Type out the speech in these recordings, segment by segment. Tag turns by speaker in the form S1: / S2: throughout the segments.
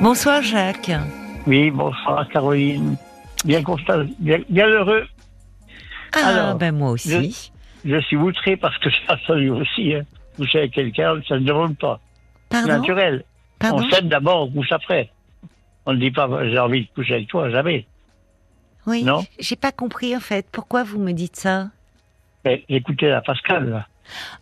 S1: Bonsoir Jacques.
S2: Oui, bonsoir Caroline. Bien constat, bien, bien heureux.
S1: Ah
S2: Alors,
S1: ben moi aussi.
S2: Je suis outré parce que ça, ça lui aussi. Hein. Coucher avec quelqu'un, ça ne demande pas. C'est
S1: Pardon
S2: naturel.
S1: Pardon
S2: On s'aime d'abord, on couche après. On ne dit pas bah, j'ai envie de coucher avec toi, jamais.
S1: Oui.
S2: Non
S1: J'ai pas compris en fait. Pourquoi vous me dites ça
S2: Mais écoutez la Pascal, là.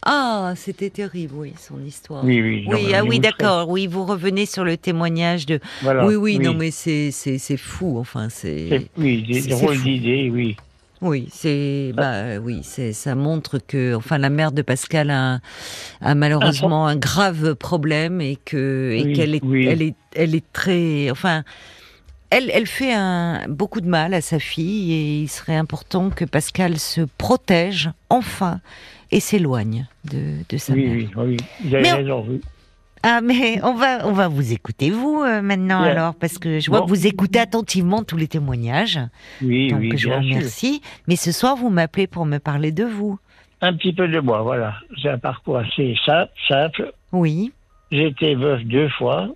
S1: Ah, c'était terrible, oui, son histoire.
S2: Oui, oui. non,
S1: Oui,
S2: mais
S1: ah
S2: on est
S1: oui,
S2: outré.
S1: d'accord. Oui, vous revenez sur le témoignage de.
S2: Voilà,
S1: oui, oui, non, mais c'est c'est c'est fou. Enfin, c'est.
S2: Ah, C'est- Oui, des
S1: c'est- c'est
S2: drôles
S1: fou.
S2: d'idées, oui.
S1: Oui, c'est bah euh, oui, c'est ça montre que enfin la mère de Pascal a, un- a malheureusement un grave problème et que et
S2: Oui,
S1: qu'elle est
S2: oui.
S1: elle est elle est très enfin elle elle fait un beaucoup de mal à sa fille et il serait important que Pascal se protège enfin et s'éloigne de de sa
S2: Oui,
S1: mère.
S2: oui, oui. Vous avez
S1: Mais on-
S2: raison. oui.
S1: Ah mais on va on va vous écouter vous euh, maintenant
S2: Bien.
S1: alors parce que je vois
S2: Bon.
S1: que vous écoutez attentivement tous les témoignages
S2: Oui,
S1: donc
S2: oui,
S1: je vous
S2: bien sûr.
S1: remercie mais ce soir vous m'appelez pour me parler de vous.
S2: Un petit peu de moi, voilà. C'est un parcours assez simple. simple.
S1: Oui.
S2: J'ai été veuf deux fois.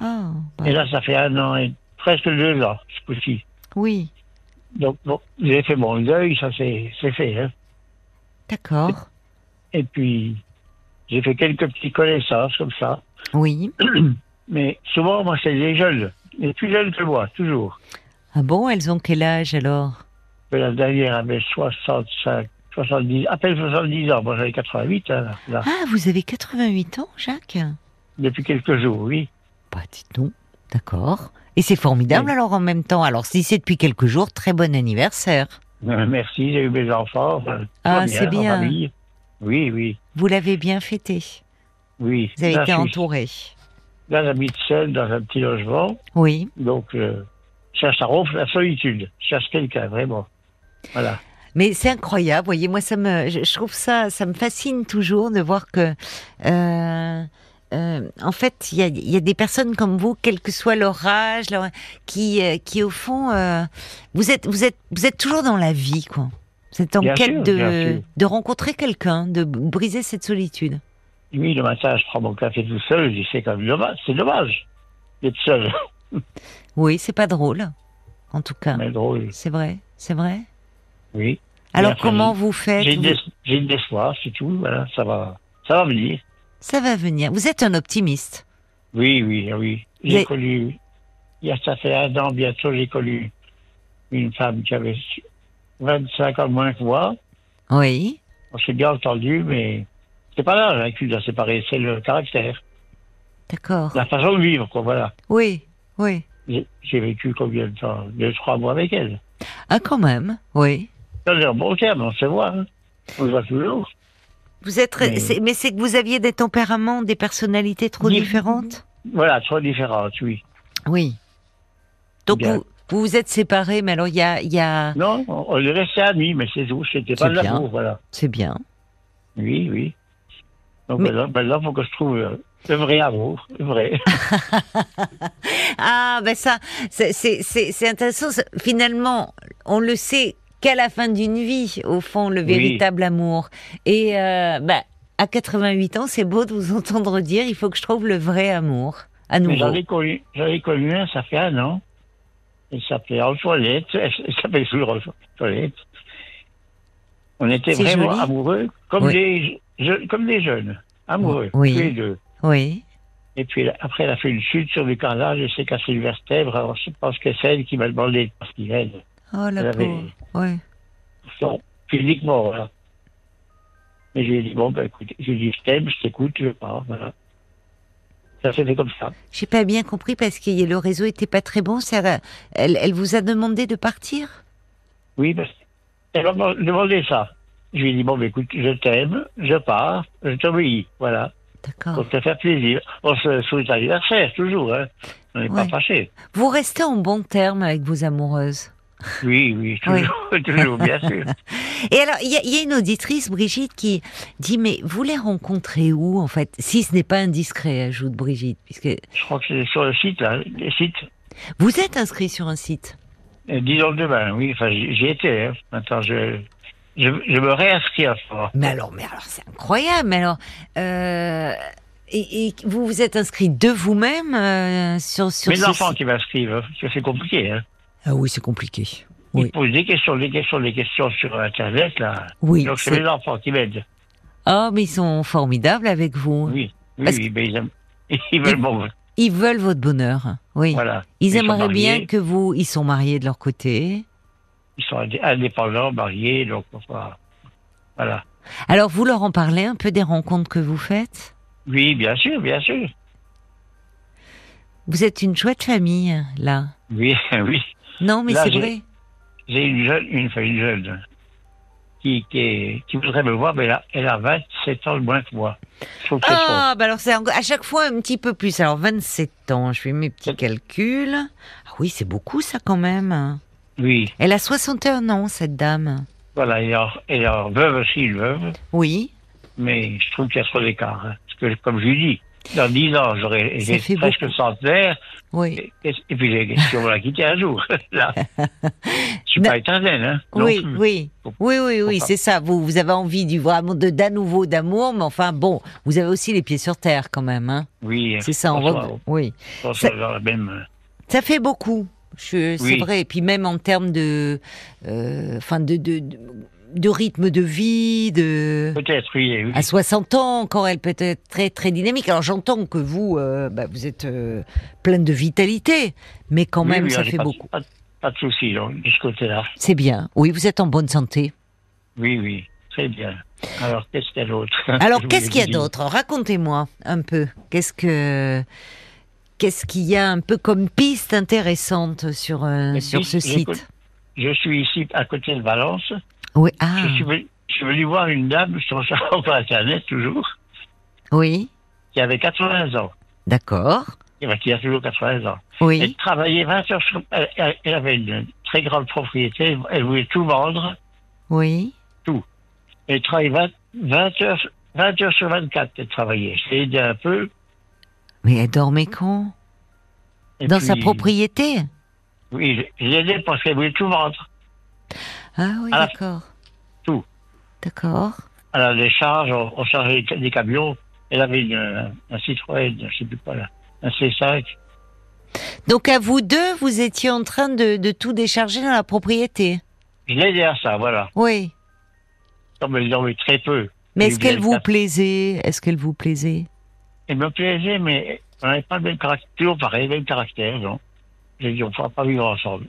S1: Ah, bah,
S2: Et là, ça fait un an et presque deux ans, ce coup-ci.
S1: oui,
S2: Donc, bon, j'ai fait mon deuil, ça c'est c'est fait. Hein.
S1: d'accord.
S2: Et puis, j'ai fait quelques petites connaissances comme ça.
S1: Oui.
S2: Mais souvent, moi, c'est des jeunes. Les plus jeunes que moi, toujours.
S1: Ah bon, elles ont quel âge alors
S2: Que La dernière avait 65, 70, à peine 70 ans. Moi, j'avais 88, hein, là,
S1: Ah, vous avez 88 ans, Jacques
S2: depuis quelques jours, oui.
S1: Bah, dites donc. D'accord. Et c'est formidable
S2: Oui.
S1: alors en même temps. Alors, si c'est depuis quelques jours, très bon anniversaire.
S2: Euh, Merci, j'ai eu mes enfants. enfin, tout
S1: Ah,
S2: va
S1: c'est
S2: en
S1: bien.
S2: famille. Oui, oui,
S1: Vous l'avez bien fêté.
S2: oui.
S1: Vous avez
S2: Là,
S1: été
S2: je suis-
S1: entouré.
S2: Là, j'habite seul dans un petit logement.
S1: Oui.
S2: Donc, euh, cherche ça ronfle la solitude. Cherche quelqu'un, vraiment. Voilà.
S1: Mais c'est incroyable, voyez, moi ça me, je je trouve ça, ça me fascine toujours de voir que, euh, euh, en fait, il y a, il y a des personnes comme vous, quel que soit leur âge, leur- qui, euh, qui au fond, euh, vous êtes, vous êtes, vous êtes toujours dans la vie, quoi. Vous êtes en
S2: Bien
S1: quête
S2: sûr, bien
S1: de,
S2: sûr.
S1: de rencontrer quelqu'un, de b- briser cette solitude.
S2: Oui, le matin, je prends mon café tout seul. Je dis, c'est quand même dommage. C'est dommage d'être seul.
S1: Oui, c'est pas drôle, en tout cas.
S2: Mais drôle,
S1: C'est vrai, c'est vrai.
S2: oui.
S1: Alors
S2: Merci.
S1: comment vous faites
S2: J'ai
S1: vous-
S2: des, j'ai des espoirs, c'est tout. Voilà, ça va, ça va venir.
S1: Ça va venir. Vous êtes un optimiste.
S2: Oui, oui, ah oui. J'ai
S1: Mais-
S2: connu, il y a, ça fait un an bientôt, j'ai connu une femme qui avait 25 ans de moins que moi.
S1: Oui.
S2: On s'est bien entendu, mais c'est pas l'âge hein, qui nous a séparés, c'est le caractère,
S1: D'accord.
S2: la façon de vivre, quoi, voilà.
S1: Oui, oui.
S2: J'ai j'ai vécu combien de temps Deux, trois mois avec elle.
S1: Ah, quand même, oui.
S2: Dans un bon terme, on se voit. hein. On se voit toujours.
S1: Vous êtes,
S2: Mais-
S1: c'est- mais c'est que vous aviez des tempéraments, des personnalités trop
S2: Oui.
S1: différentes.
S2: Voilà, trop différentes, oui.
S1: Oui. Donc
S2: Bien.
S1: vous, vous vous êtes séparés, mais alors il y a, il y a,
S2: Non, on, on est resté amis, mais c'est tout. C'était pas
S1: C'est
S2: de
S1: bien.
S2: l'amour, voilà.
S1: c'est bien.
S2: Oui, oui. Donc
S1: Mais-
S2: maintenant, maintenant, faut que je trouve euh, le vrai amour, le vrai.
S1: Ah ben ça, c'est, c'est, c'est, c'est intéressant. Ça- Finalement, on le sait qu'à la fin d'une vie, au fond, le
S2: Oui.
S1: véritable amour. Et euh, bah, à 88 ans, c'est beau de vous entendre dire, il faut que je trouve le vrai amour à
S2: Mais
S1: nouveau.
S2: J'en ai connu, j'en ai connu un, ça fait un an. Il s'appelait Antoinette, il s'appelle toujours Antoinette. On était
S1: C'est
S2: vraiment
S1: joli.
S2: amoureux, comme,
S1: Oui.
S2: des, je- comme des jeunes, amoureux,
S1: Oui.
S2: tous les deux.
S1: Oui.
S2: Et puis elle- après, elle a fait une chute sur le carrelage, elle s'est cassé le vertèbre. Alors je pense que c'est elle qui m'a demandé de partir, elle.
S1: Oh
S2: Elle
S1: la
S2: avait-
S1: pauvre. Oui.
S2: Non, physiquement, voilà. Mais j'ai dit, bon, ben écoute, je lui ai dit, je t'aime, je t'écoute, je pars, voilà. Ça s'est fait comme ça.
S1: J'ai pas bien compris parce que le réseau était pas très bon. ça- elle, elle vous a demandé de partir
S2: Oui, ben, parce qu'elle m'a demandé ça. Je lui ai dit, bon, ben écoute, je t'aime, je pars, je t'obéis, voilà,
S1: D'accord.
S2: pour te faire plaisir. On se souhaite anniversaire, toujours, hein. On n'est pas
S1: Ouais.
S2: fâchés.
S1: Vous restez en bon terme avec vos amoureuses.
S2: Oui, oui, toujours, toujours, bien sûr.
S1: Et alors, il y, a- il y a une auditrice, Brigitte, qui dit Mais vous les rencontrez où en fait Si ce n'est pas indiscret, ajoute Brigitte, puisque
S2: Je crois que c'est sur le site, là, le site,
S1: vous êtes inscrit sur un site.
S2: euh, disons demain, oui, enfin, j'y j'y étais, hein. Maintenant, je, je, je me réinscris à ce moment.
S1: Mais alors, mais alors c'est incroyable. Mais alors, euh, Et, et vous vous êtes inscrit de vous-même euh, sur, sur
S2: Mes
S1: ce
S2: enfants
S1: site
S2: qui m'inscrivent, hein, parce que c'est compliqué. Hein.
S1: Ah oui, c'est compliqué.
S2: Ils
S1: Oui.
S2: posent des questions, des questions, des questions sur Internet, là.
S1: Oui.
S2: Donc c'est
S1: c'est-
S2: mes enfants qui m'aident.
S1: Ah, mais ils sont formidables avec vous.
S2: Oui, oui,
S1: Parce
S2: oui, mais ils aiment. Ils veulent bon,
S1: Ils veulent votre bonheur. Oui.
S2: voilà.
S1: Ils,
S2: sont
S1: aimeraient bien
S2: mariés,
S1: que vous. Ils sont mariés de leur côté.
S2: Ils sont indé- indépendants, mariés, donc enfin, voilà.
S1: Alors, vous leur en parlez un peu des rencontres que vous faites
S2: Oui, bien sûr, bien sûr.
S1: Vous êtes une chouette famille, là.
S2: Oui, oui.
S1: Non, mais
S2: Là,
S1: c'est
S2: j'ai-
S1: vrai.
S2: J'ai une jeune, une, enfin, une jeune, hein, qui, qui, est- qui voudrait me voir, mais elle a, elle a 27 ans de moins que moi. Je trouve que c'est trop.
S1: Ah, bah alors c'est encore- à chaque fois un petit peu plus. Alors 27 ans, je fais mes petits
S2: Oui.
S1: calculs. Ah oui, c'est beaucoup ça quand même.
S2: Oui,
S1: Elle a 61 ans, cette dame.
S2: voilà, elle est en- elle est en veuve aussi, une veuve,
S1: Oui,
S2: mais je trouve qu'il y a trop d'écart. hein. Parce que, comme je lui dis, dans 10 ans, j'aurai
S1: Ça
S2: j'ai
S1: fait
S2: presque centenaire,
S1: oui.
S2: et, et- et puis j'ai- si on va la quitter un jour, là. Je suis
S1: Non.
S2: pas éternel, hein. non
S1: Oui,
S2: plus.
S1: oui,
S2: Faut-
S1: oui, oui, oui,
S2: pas.
S1: c'est ça. Vous, vous avez envie du vraiment de d'un nouveau d'amour, mais enfin bon, vous avez aussi les pieds sur terre quand même, hein.
S2: Oui,
S1: C'est ça, on
S2: Bonsoir.
S1: re- oui.
S2: je pense
S1: Ça-
S2: que dans la même. euh,
S1: Ça fait beaucoup, je, c'est
S2: Oui.
S1: vrai. Et puis même en termes de, euh, enfin de, de, de, de rythme de vie, de.
S2: Peut-être, oui. oui.
S1: À 60 ans encore, elle peut être très très dynamique. Alors j'entends que vous, euh, bah, vous êtes euh, pleine de vitalité, mais quand
S2: Oui,
S1: même
S2: oui,
S1: ça
S2: j'ai
S1: fait
S2: pas de-
S1: beaucoup.
S2: Pas, de- pas de soucis, donc, de ce côté-là.
S1: C'est bien. Oui, vous êtes en bonne santé.
S2: Oui, oui, très bien. Alors, qu'est-ce qu'il y a d'autre
S1: Alors
S2: Ah, Je
S1: qu'est-ce qu'il y a
S2: voulais vous
S1: d'autre Racontez-moi un peu. Qu'est-ce que qu'est-ce qu'il y a un peu comme piste intéressante sur euh,
S2: dire.
S1: sur ce
S2: Puis, j'écoute,
S1: site
S2: Je suis ici, à côté de Valence.
S1: Oui. Ah.
S2: Je, suis venu, je suis venu voir une dame sur sa sur Internet, toujours,
S1: Oui.
S2: qui avait 80 ans.
S1: D'accord.
S2: Eh ben, Qui a toujours 80 ans. Elle
S1: Oui.
S2: travaillait 20 heures sur... Elle, elle- elle avait une très grande propriété. Elle voulait tout vendre.
S1: Oui.
S2: Elle travaillait 20, 20 heures... 20 heures sur 24, elle travaillait. Je l'ai aidé un peu.
S1: Mais elle dormait quand
S2: et
S1: Dans sa
S2: puis-
S1: propriété.
S2: Oui, je- je l'ai aidé parce qu'elle voulait tout vendre.
S1: Ah oui,
S2: À la-
S1: d'accord.
S2: Tout.
S1: D'accord.
S2: à la décharge, on, on chargeait des- des camions. Elle avait une, euh, un Citroën, je sais plus quoi là, un C5.
S1: Donc à vous deux, vous étiez en train de, de tout décharger dans la propriété.
S2: Je l'ai aidé à ça, voilà.
S1: Oui.
S2: Comme elle dormait très peu.
S1: Mais
S2: Et
S1: est-ce
S2: bien,
S1: qu'elle vous
S2: ça-
S1: plaisait Est-ce qu'elle vous plaisait
S2: Elle me plaisait, mais on n'avait pas le même caractère, toujours pareil, le même caractère, non. J'ai dit, on ne pourra pas vivre ensemble.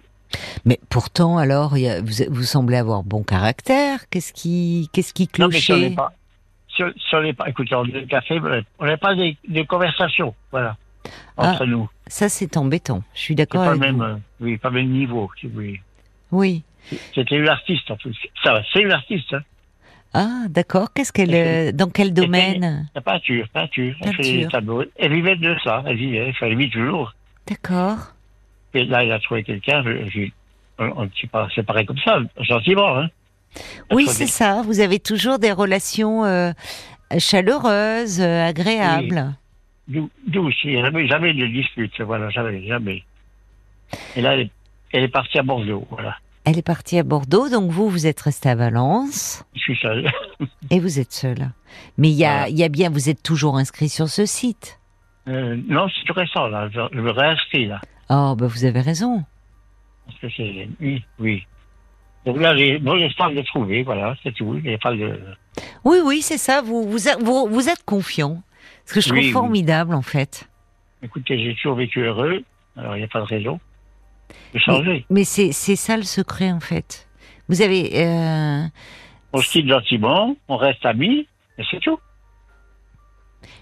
S1: Mais pourtant, alors, il y a- vous, vous semblez avoir bon caractère. Qu'est-ce qui, qu'est-ce qui
S2: Non, mais si on
S1: clochait
S2: n'est pas. Si on- si on n'est pas, écoutez, on est café, mais on n'avait pas des, des conversations, voilà,
S1: Ah,
S2: entre nous.
S1: Ça, c'est embêtant. Je suis
S2: C'est
S1: d'accord
S2: pas le
S1: avec
S2: même,
S1: vous.
S2: euh, oui, pas le même niveau, si vous voulez.
S1: Oui.
S2: C'était une artiste, en plus. Ça va, c'est une artiste, hein.
S1: Ah, d'accord. Qu'est-ce qu'elle,
S2: Et-
S1: euh, dans quel
S2: qu'elle-
S1: domaine
S2: La peinture, peinture. Elle faisait des
S1: Peinture.
S2: tableaux. Elle vivait de ça. Elle vivait, elle fallait vivre toujours.
S1: D'accord.
S2: Et là, elle a trouvé quelqu'un. je- je- On ne s'est pas séparés comme ça, gentiment. Hein. Elle
S1: Oui,
S2: trouvait-
S1: c'est ça. Vous avez toujours des relations euh, chaleureuses, euh, agréables.
S2: dou- Douce. Il n'y a jamais, jamais de dispute. Voilà, jamais, jamais. Et là, elle est, elle est partie à Bordeaux. Voilà.
S1: Elle est partie à Bordeaux, donc vous, vous êtes resté à Valence.
S2: Je suis seul.
S1: Et vous êtes seul. Mais il y, a-
S2: Voilà.
S1: il y a bien, vous êtes toujours inscrit sur ce site.
S2: Euh, non, c'est tout récent, là. Je, je me réinscris, là.
S1: Oh, ben vous avez raison.
S2: Parce que c'est. Oui, oui. Donc là, j'ai bon, j'espère le trouver. Voilà, c'est tout. Il n'y a pas de.
S1: Oui, oui, c'est ça. Vous, vous, a- vous, vous êtes confiant. Ce que je trouve
S2: Oui, oui.
S1: formidable, en fait.
S2: Écoutez, j'ai toujours vécu heureux. Alors, il n'y a pas de raison de changer.
S1: Mais c'est c'est ça le secret, en fait. Vous avez. euh,
S2: On se quitte gentiment, on reste amis, et c'est tout.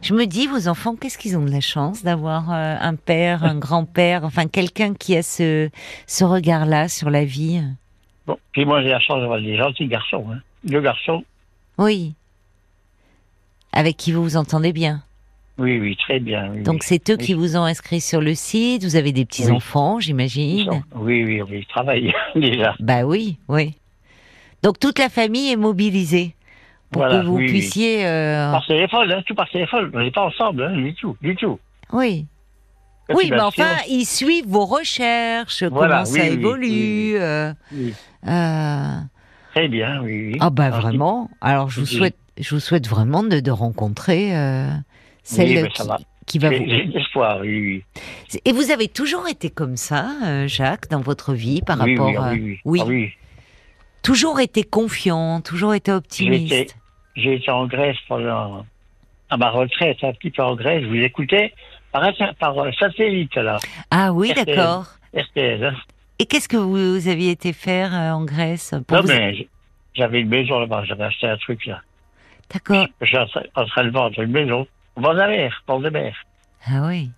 S1: je me dis, vos enfants, qu'est-ce qu'ils ont de la chance d'avoir euh, un père, un grand-père, enfin quelqu'un qui a ce, ce regard-là sur la vie.
S2: Bon, puis moi j'ai la chance d'avoir des gentils garçons. Hein. Deux garçons,
S1: Oui. Avec qui vous vous entendez bien.
S2: oui, oui, très bien. Oui,
S1: Donc
S2: oui.
S1: c'est eux
S2: Oui.
S1: qui vous ont inscrit sur le site, vous avez des petits-enfants,
S2: Ils
S1: j'imagine.
S2: sont- oui, oui, oui, ils travaillent déjà.
S1: Bah oui, oui. Donc toute la famille est mobilisée pour
S2: Voilà,
S1: que vous
S2: oui, oui.
S1: puissiez... euh,
S2: Par téléphone, hein, tout par téléphone, on n'est pas ensemble, hein, du tout, du tout.
S1: Oui,
S2: Quand
S1: oui
S2: il
S1: mais
S2: va
S1: enfin,
S2: sur-
S1: ils suivent vos recherches,
S2: Voilà,
S1: comment
S2: oui,
S1: ça
S2: oui, oui,
S1: évolue.
S2: oui,
S1: euh,
S2: oui.
S1: euh,
S2: Très bien, oui, oui.
S1: Ah bah
S2: Alors,
S1: vraiment, alors je vous
S2: Oui.
S1: souhaite, je vous souhaite vraiment de, de rencontrer euh, Celle
S2: Oui, mais ça
S1: qui,
S2: va.
S1: qui va
S2: J'ai
S1: vous.
S2: j'ai de l'espoir, oui, oui.
S1: Et vous avez toujours été comme ça, euh, Jacques, dans votre vie, par
S2: oui,
S1: rapport. euh,
S2: oui, oui,
S1: oui.
S2: oui. Ah oui.
S1: Toujours été confiant, toujours été
S2: J'étais-
S1: optimiste.
S2: J'ai été en Grèce pendant, à ma retraite, un petit peu en Grèce. Je vous écoutais par, inter- par euh, satellite, là,
S1: Ah oui,
S2: RTL.
S1: d'accord.
S2: RTL. hein.
S1: Et qu'est-ce que vous, vous aviez été faire euh, en Grèce pour
S2: Non,
S1: vous-
S2: mais j- j'avais une maison là-bas, j'avais acheté un truc, là.
S1: D'accord.
S2: Je suis en train- en train de vendre une maison. Au bord de la mer, bord de la mer.
S1: Ah oui.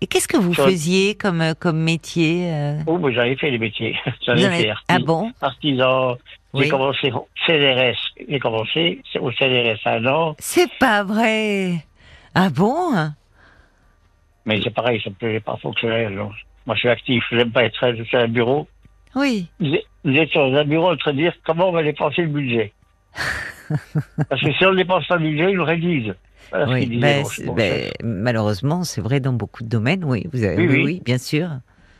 S1: Et qu'est-ce que vous
S2: Sur-
S1: faisiez comme, euh, comme métier euh,
S2: Oh, mais j'avais fait les métiers.
S1: vous
S2: J'avais
S1: en avez-
S2: fait
S1: Ah
S2: arti-
S1: bon
S2: artisan.
S1: Oui.
S2: J'ai commencé au CDRS. J'ai commencé au CDRS un an,
S1: C'est pas vrai. Ah bon
S2: mais c'est pareil, ça me plaisait pas fonctionnaire. donc. Moi, je suis actif, j'aime pas être seul sur un bureau.
S1: Oui.
S2: Vous êtes- vous êtes sur un bureau en train de dire comment on va dépenser le budget. Parce que si on ne dépense pas le budget, ils le réduisent. Voilà ce
S1: Oui,
S2: qu'ils disaient,
S1: ben,
S2: mon-
S1: c'est-
S2: mon
S1: ben,
S2: chef.
S1: malheureusement, c'est vrai dans beaucoup de domaines, oui. Vous avez,
S2: Oui, oui.
S1: bien sûr.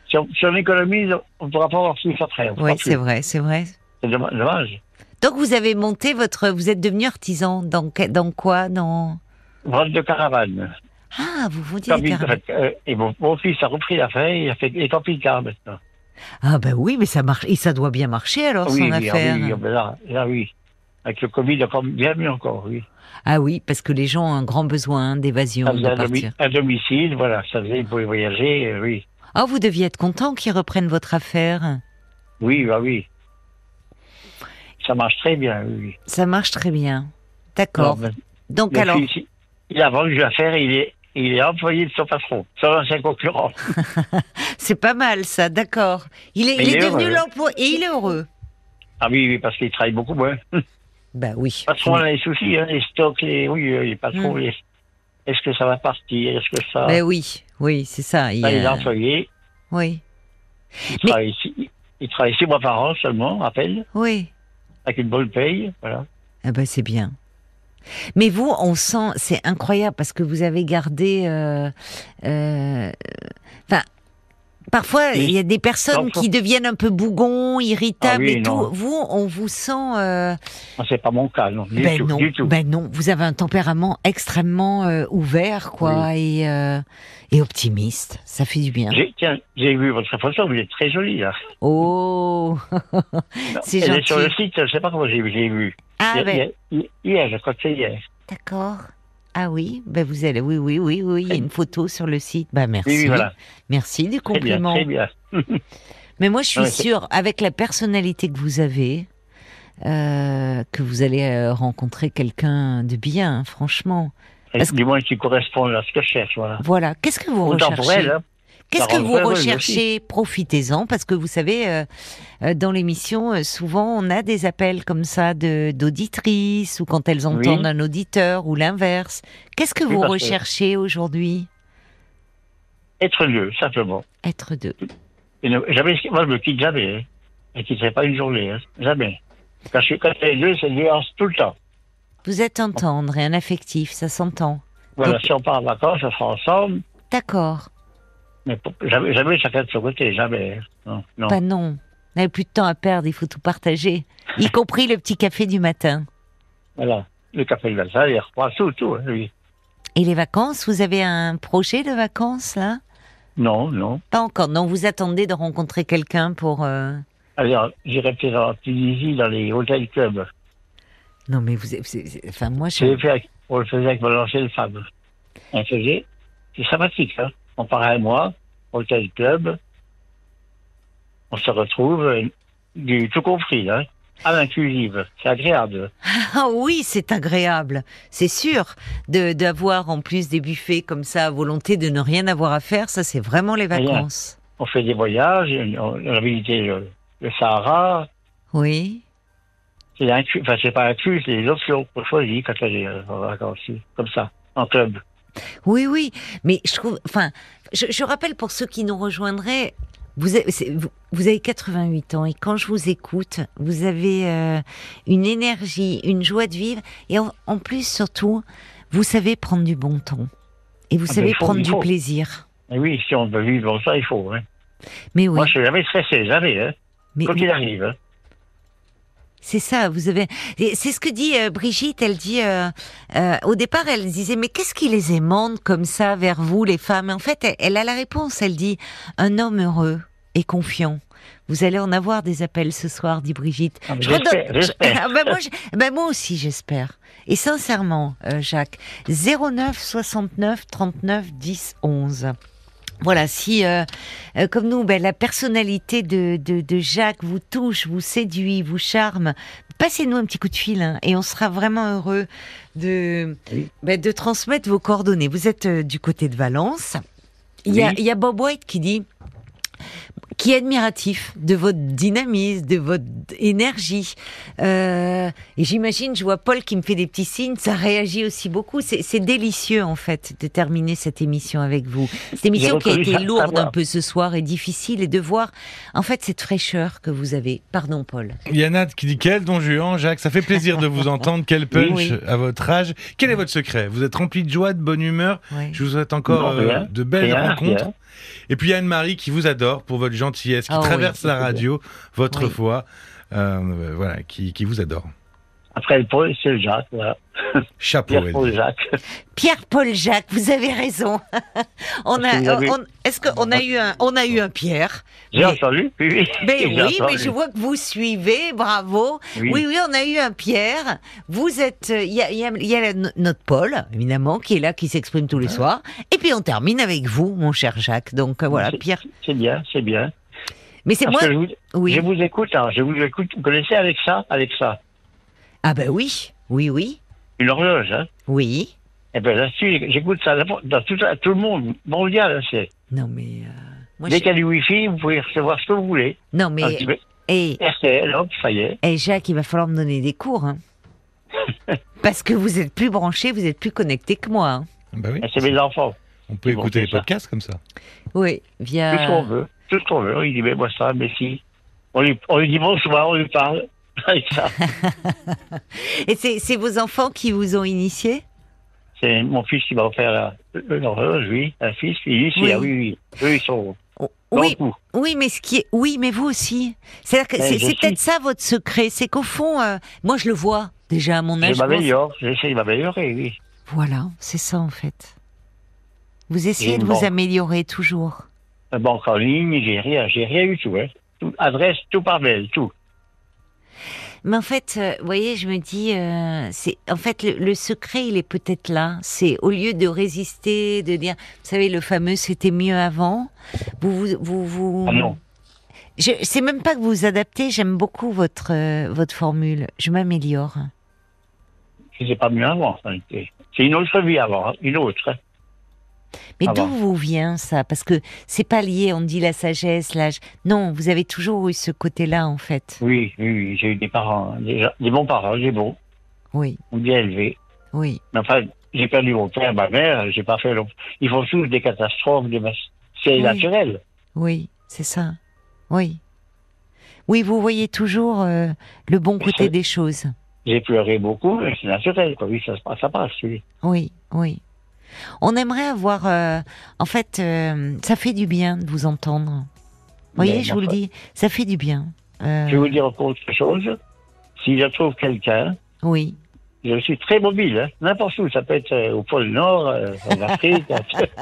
S2: si, on, si on économise, on ne pourra pas avoir plus après. on pourra
S1: Oui,
S2: plus.
S1: c'est vrai, c'est vrai.
S2: C'est domm- dommage.
S1: Donc vous avez monté votre... Vous êtes devenu artisan dans, que- dans quoi dans...
S2: Vente de caravane.
S1: Ah, vous vendiez des
S2: Camping,
S1: caravanes.
S2: euh, et mon, mon fils a repris l'affaire, il a fait des camping-cars maintenant.
S1: Ah ben oui, mais ça marche. Et ça doit bien marcher alors,
S2: Ah
S1: son
S2: oui, oui, ah
S1: affaire.
S2: oui, ah ben là, là, oui. Avec le Covid, encore bien mieux encore, oui.
S1: Ah oui, parce que les gens ont un grand besoin d'évasion,
S2: Ça faisait
S1: de
S2: Ah, un, domi-
S1: partir.
S2: un domicile, voilà, ça faisait, ils pouvaient voyager, euh, oui.
S1: Ah, vous deviez être content qu'ils reprennent votre affaire.
S2: Oui, bah oui. Ça marche très bien, oui, oui.
S1: Ça marche très bien. D'accord.
S2: Alors,
S1: Donc
S2: le
S1: alors,
S2: fils, il- il a vendu l'affaire, il est, il est employé de son patron, son ancien concurrent.
S1: c'est pas mal ça, d'accord. Il est,
S2: Mais
S1: il
S2: il
S1: est
S2: est
S1: devenu
S2: heureux.
S1: l'emploi et il est heureux.
S2: Ah oui, oui, parce qu'il travaille beaucoup moins. Le
S1: Bah oui.
S2: patron a les soucis, hein, les stocks, les, oui, euh, les patrons, les- est-ce que ça va partir, est-ce que ça...
S1: Mm. Mais Ben oui, oui, c'est ça. il y
S2: Là,
S1: a-
S2: il est employé,
S1: Oui,
S2: il
S1: Mais-
S2: travaille, six, il travaille six mois par an seulement, à peine,
S1: oui.
S2: avec une bonne paye, voilà.
S1: Ah bah c'est bien. Mais vous, on sent, c'est incroyable parce que vous avez gardé. euh, euh, Enfin, parfois
S2: Oui.
S1: il y a des personnes
S2: Parfois.
S1: qui deviennent un peu bougons, irritables
S2: Ah oui,
S1: et tout.
S2: non.
S1: Vous, on vous sent. euh,
S2: Ah, C'est pas mon cas, non, du
S1: ben
S2: tout,
S1: non,
S2: du tout.
S1: ben non. Vous avez un tempérament extrêmement euh, ouvert, quoi, et euh, et optimiste. Ça fait du bien.
S2: J'ai- Tiens, j'ai vu votre photo, vous êtes très jolie, là.
S1: Oh, c'est
S2: Elle est sur le
S1: gentil.
S2: site, je sais pas comment j'ai j'ai vu.
S1: Ah
S2: Hier-
S1: ben
S2: hier, hier, je crois que c'est hier.
S1: D'accord. Ah oui, ben vous allez, oui, oui, oui, oui, il y a une photo sur le site. Ben merci,
S2: Oui, oui, voilà.
S1: merci du
S2: Très bien,
S1: compliment.
S2: très bien.
S1: Mais moi, je suis
S2: Ouais, c'est-
S1: sûre, avec la personnalité que vous avez, euh, que vous allez euh, rencontrer quelqu'un de bien, franchement.
S2: Et
S1: Parce
S2: Du moins, qui correspond à ce que je cherche, voilà.
S1: Voilà. Qu'est-ce que vous
S2: Autant pour
S1: recherchez
S2: elle, hein.
S1: Qu'est-ce
S2: Ça
S1: que
S2: rend
S1: vous
S2: heureuse
S1: recherchez Profitez-en, parce que vous savez, euh, euh, dans l'émission, euh, souvent, on a des appels comme ça de d'auditrices ou quand elles entendent un auditeur ou l'inverse. Qu'est-ce que
S2: Oui,
S1: vous
S2: parce que-
S1: recherchez aujourd'hui
S2: être deux, simplement.
S1: Être deux.
S2: Et ne- jamais, moi, je me quitte jamais. Hein. Je ne quitterai pas une journée, hein. jamais. Quand, je, suis- quand les deux, c'est deux ans, tout le temps.
S1: Vous êtes un tendre et un affectif, ça s'entend.
S2: Voilà,
S1: Donc-
S2: si on part en vacances, on sera ensemble,
S1: D'accord.
S2: mais pour- jamais, jamais chacun de son côté, jamais. hein. Non, non.
S1: Bah non. On n'avez plus de temps à perdre, il faut tout partager. Y compris le petit café du matin.
S2: Voilà. Le café de Versailles, les repas, tout, tout, hein, oui.
S1: Et les vacances, vous avez un projet de vacances là
S2: Non, non.
S1: Pas encore. Non, vous attendez de rencontrer quelqu'un pour. euh,
S2: Alors, j'irai peut-être en Tunisie dans les hôtels clubs.
S1: Non, mais vous. vous- vous- Enfin, moi,
S2: Je
S1: je.
S2: l'ai fait avec- on le faisait avec mon ancienne femme. On faisait, c'est sympathique, hein. On part un mois, hôtel club, on se retrouve, euh, du tout compris, hein. À l'inclusive, c'est agréable.
S1: Ah oui, c'est agréable. C'est sûr de d'avoir en plus des buffets comme ça à volonté, de ne rien avoir à faire. Ça, c'est vraiment les
S2: Rien.
S1: vacances.
S2: On fait des voyages, on, on a visité le, le Sahara.
S1: Oui.
S2: C'est inclus, enfin, c'est pas inclus, c'est des options qu'on choisit quand on est euh, en vacances, comme ça, en club.
S1: Oui, oui, mais je trouve. Enfin, je, je rappelle pour ceux qui nous rejoindraient, vous avez, c'est- vous, vous avez 88 ans et quand je vous écoute, vous avez euh, une énergie, une joie de vivre et en, en plus surtout, vous savez prendre du bon temps et vous
S2: Ah ben,
S1: savez
S2: il faut-
S1: prendre
S2: il
S1: du
S2: faut.
S1: plaisir.
S2: Et oui, si on veut vivre comme ça, il faut, hein.
S1: Mais oui,
S2: Moi, je suis jamais stressé, jamais, hein.
S1: mais,
S2: Quand il arrive, hein.
S1: C'est ça, vous avez. et C'est ce que dit euh, Brigitte. Elle dit euh, euh, au départ, elle disait mais qu'est-ce qui les aimante comme ça vers vous, les femmes En fait, elle, elle a la réponse. Elle dit un homme heureux et confiant. Vous allez en avoir des appels ce soir, dit Brigitte.
S2: Ah, mais
S1: Je
S2: j'espère,
S1: redonne- je-
S2: j'espère.
S1: Ah, bah, moi, je- bah, moi aussi, j'espère. Et sincèrement, euh, Jacques, 09 69 39 10 11. Voilà, si euh, euh, comme nous, ben, la personnalité de, de, de Jacques vous touche, vous séduit, vous charme, passez-nous un petit coup de fil hein, et on sera vraiment heureux de,
S2: Oui.
S1: ben, de transmettre vos coordonnées. Vous êtes euh, du côté de Valence. Il y, a,
S2: Oui.
S1: il y a Bob White qui dit qui est admiratif de votre dynamisme, de votre énergie. Euh, et j'imagine, je vois Paul qui me fait des petits signes, ça réagit aussi beaucoup. C'est c'est délicieux en fait de terminer cette émission avec vous. Cette émission qui a
S2: reconnu
S1: été
S2: ça,
S1: lourde
S2: savoir.
S1: un peu ce soir et difficile et de voir en fait cette fraîcheur que vous avez. Pardon Paul.
S3: Il y en a qui dit quel don Juan, Jacques, ça fait plaisir de vous entendre, quel punch
S1: Oui.
S3: à votre âge. Quel est votre secret Vous êtes rempli de joie, de bonne humeur.
S1: Ouais.
S3: Je vous souhaite encore
S2: Non,
S3: euh,
S2: rien,
S3: de belles
S2: rien,
S3: rencontres.
S2: rien.
S3: Et puis il y a Anne-Marie qui vous adore pour votre gentillesse, qui
S1: Ah oui.
S3: traverse la radio, votre
S1: Oui.
S3: foi, euh, euh, voilà, qui, qui vous adore.
S2: Après le Paul, c'est le Jacques. Voilà.
S3: Chapeau.
S2: Pierre
S3: elle
S2: Paul
S3: dit.
S2: Jacques.
S1: Pierre-Paul Jacques, vous avez raison. on
S2: Est-ce que vous
S1: a,
S2: avez-
S1: on- est-ce qu'on a eu un, on a eu un Pierre
S2: J'ai
S1: Mais-
S2: entendu. Oui, oui.
S1: Ben
S2: J'ai
S1: oui, mais
S2: entendu.
S1: je vois que vous suivez, bravo.
S2: Oui.
S1: Oui, oui, on a eu un Pierre. Vous êtes, euh, il y a, il y a- il y a la- no- notre Paul, évidemment, qui est là, qui s'exprime tous les
S2: Ah.
S1: soirs. Et puis on termine avec vous, mon cher Jacques. Donc euh, voilà,
S2: C'est-
S1: Pierre.
S2: C'est bien, c'est bien.
S1: Mais c'est
S2: Parce
S1: moi.
S2: que je vous,
S1: Oui.
S2: je vous écoute, hein, je vous écoute. Vous connaissez Alexa Alexa,
S1: Ah ben oui, oui, oui,
S2: une horloge. Hein.
S1: oui.
S2: Eh bien là-dessus, j'écoute ça dans dans tout, la- tout le monde mondial. hein, c'est-
S1: Non mais. euh, moi,
S2: Dès
S1: je-
S2: qu'il y a du Wi-Fi, vous pouvez recevoir ce que vous voulez.
S1: Non
S2: Un
S1: mais.
S2: petit peu.
S1: eh,
S2: RTL, hop, ça y est.
S1: eh, Jacques, il va falloir me donner des cours. hein. Parce que vous êtes plus branché, vous êtes plus connecté que moi. hein.
S3: Bah oui.
S2: Et Ah, C'est mes enfants.
S3: On peut
S2: Ils vont
S3: écouter
S2: faire
S3: les
S2: ça.
S3: podcasts comme ça.
S1: Oui,
S2: Tout ce qu'on
S1: via.
S2: veut. Tout ce qu'on veut. Il dit, mais moi ça, mais si. On lui, on lui dit bonsoir, on lui parle. Avec ça.
S1: Et c'est c'est vos enfants qui vous ont initié
S2: C'est mon fils qui m'a offert la- une horloge, euh, oui. Un fils, il est ici,
S1: Oui.
S2: ah oui, oui. Eux, ils sont dans
S1: Oui,
S2: le coup.
S1: Oui, mais ce qui est, oui, mais vous aussi. C'est-à-dire que
S2: Ben,
S1: c'est
S2: je
S1: c'est
S2: suis.
S1: peut-être ça votre secret, c'est qu'au fond, euh, moi je le vois déjà à mon âge.
S2: Je
S1: je pense-
S2: m'améliore, j'essaie de m'améliorer, oui.
S1: Voilà, c'est ça en fait. Vous essayez
S2: Et
S1: de
S2: bon.
S1: vous améliorer toujours.
S2: La banque en ligne, j'ai rien, j'ai rien eu tout, hein. Tout- adresse, tout par mail, tout.
S1: Mais en fait, euh, vous voyez, je me dis, euh, c'est en fait le, le secret, il est peut-être là. C'est au lieu de résister, de dire, vous savez, le fameux c'était mieux avant. Vous vous vous, vous-
S2: Ah non.
S1: Je c'est même pas que vous vous adaptez. J'aime beaucoup votre euh, votre formule. Je m'améliore.
S2: C'était pas mieux avant, en réalité. C'est une autre vie avant, hein, une autre. hein.
S1: Mais
S2: Ah
S1: d'où
S2: bon.
S1: vous vient ça Parce que c'est pas lié, on dit la sagesse, l'âge. Non, vous avez toujours eu ce côté-là, en fait.
S2: Oui, oui, oui, j'ai eu des parents, hein, des, gens- des bons parents, des bons,
S1: Oui,
S2: bien élevés.
S1: oui.
S2: Mais enfin, j'ai perdu mon père, ma mère, j'ai pas fait long. Ils font tous des catastrophes, des mas- c'est
S1: Oui.
S2: naturel.
S1: Oui, c'est ça. Oui. Oui, vous voyez toujours euh, le bon
S2: Mais
S1: côté
S2: c'est-
S1: des choses.
S2: J'ai pleuré beaucoup, mais c'est naturel, quoi. Oui, ça, se passe- ça passe, oui.
S1: Oui, oui. On aimerait avoir... euh, en fait, euh, ça fait du bien de vous entendre. Vous voyez,
S2: Mais
S1: je vous le
S2: enfin,
S1: dis, ça fait du bien. Euh,
S2: Je vais vous dire encore autre chose. Si je trouve quelqu'un,
S1: oui.
S2: je suis très mobile, hein, n'importe où. Ça peut être euh, au pôle Nord, euh, en Afrique.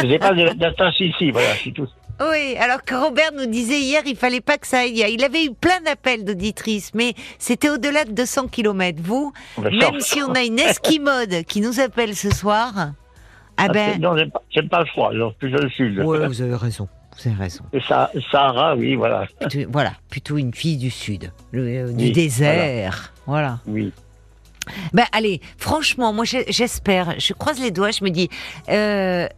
S2: je n'ai pas de- d'attache ici, voilà, c'est tout.
S1: Oui, alors que Robert nous disait hier, il fallait pas que ça aille. Il avait eu plein d'appels d'auditrices, mais c'était au-delà de 200 km. Vous,
S2: On va
S1: même
S2: sortir.
S1: si on a une esquimode qui nous appelle ce soir, ah
S2: Ah, c'est-
S1: ben,
S2: Non, j'aime pas, j'aime pas le froid, non, plus dans le sud.
S1: ouais, vous avez raison, vous avez raison.
S2: Le Sa- Sahara, oui, voilà.
S1: Plutôt- voilà, plutôt une fille du sud, le- euh, du
S2: Oui,
S1: désert, voilà.
S2: Oui.
S1: Ben allez, franchement, moi j'ai- j'espère, je croise les doigts, je me dis, euh,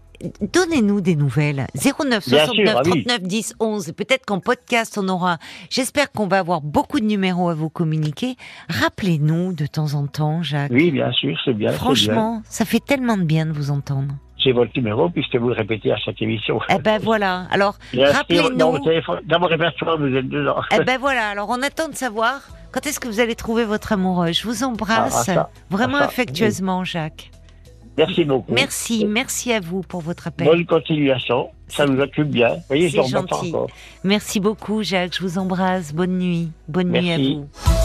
S1: donnez-nous des nouvelles. 09
S2: Bien
S1: 69
S2: sûr, ah oui.
S1: 39 10 11. Peut-être qu'en podcast on aura. J'espère qu'on va avoir beaucoup de numéros à vous communiquer. Rappelez-nous de temps en temps, Jacques.
S2: oui, bien sûr, c'est bien. c'est bien.
S1: Franchement, ça fait tellement de bien de vous entendre.
S2: J'ai votre numéro puisque vous le répétez à chaque émission.
S1: Eh ben voilà. Alors,
S2: Bien sûr, dans,
S1: rappelez-nous.
S2: mon téléphone, dans mon répertoire, vous êtes dedans.
S1: Eh ben voilà. Alors, on attend de savoir quand est-ce que vous allez trouver votre amoureux. Je vous embrasse
S2: Ah, ça,
S1: vraiment
S2: ça, oui.
S1: affectueusement, Jacques.
S2: Merci beaucoup.
S1: Merci, merci à vous pour votre appel.
S2: Bonne continuation. Ça nous occupe bien. Vous voyez, je
S1: C'est
S2: ne remets pas
S1: gentil.
S2: encore.
S1: Merci beaucoup, Jacques. Je vous embrasse. Bonne nuit. Bonne nuit à
S2: Merci.
S1: vous.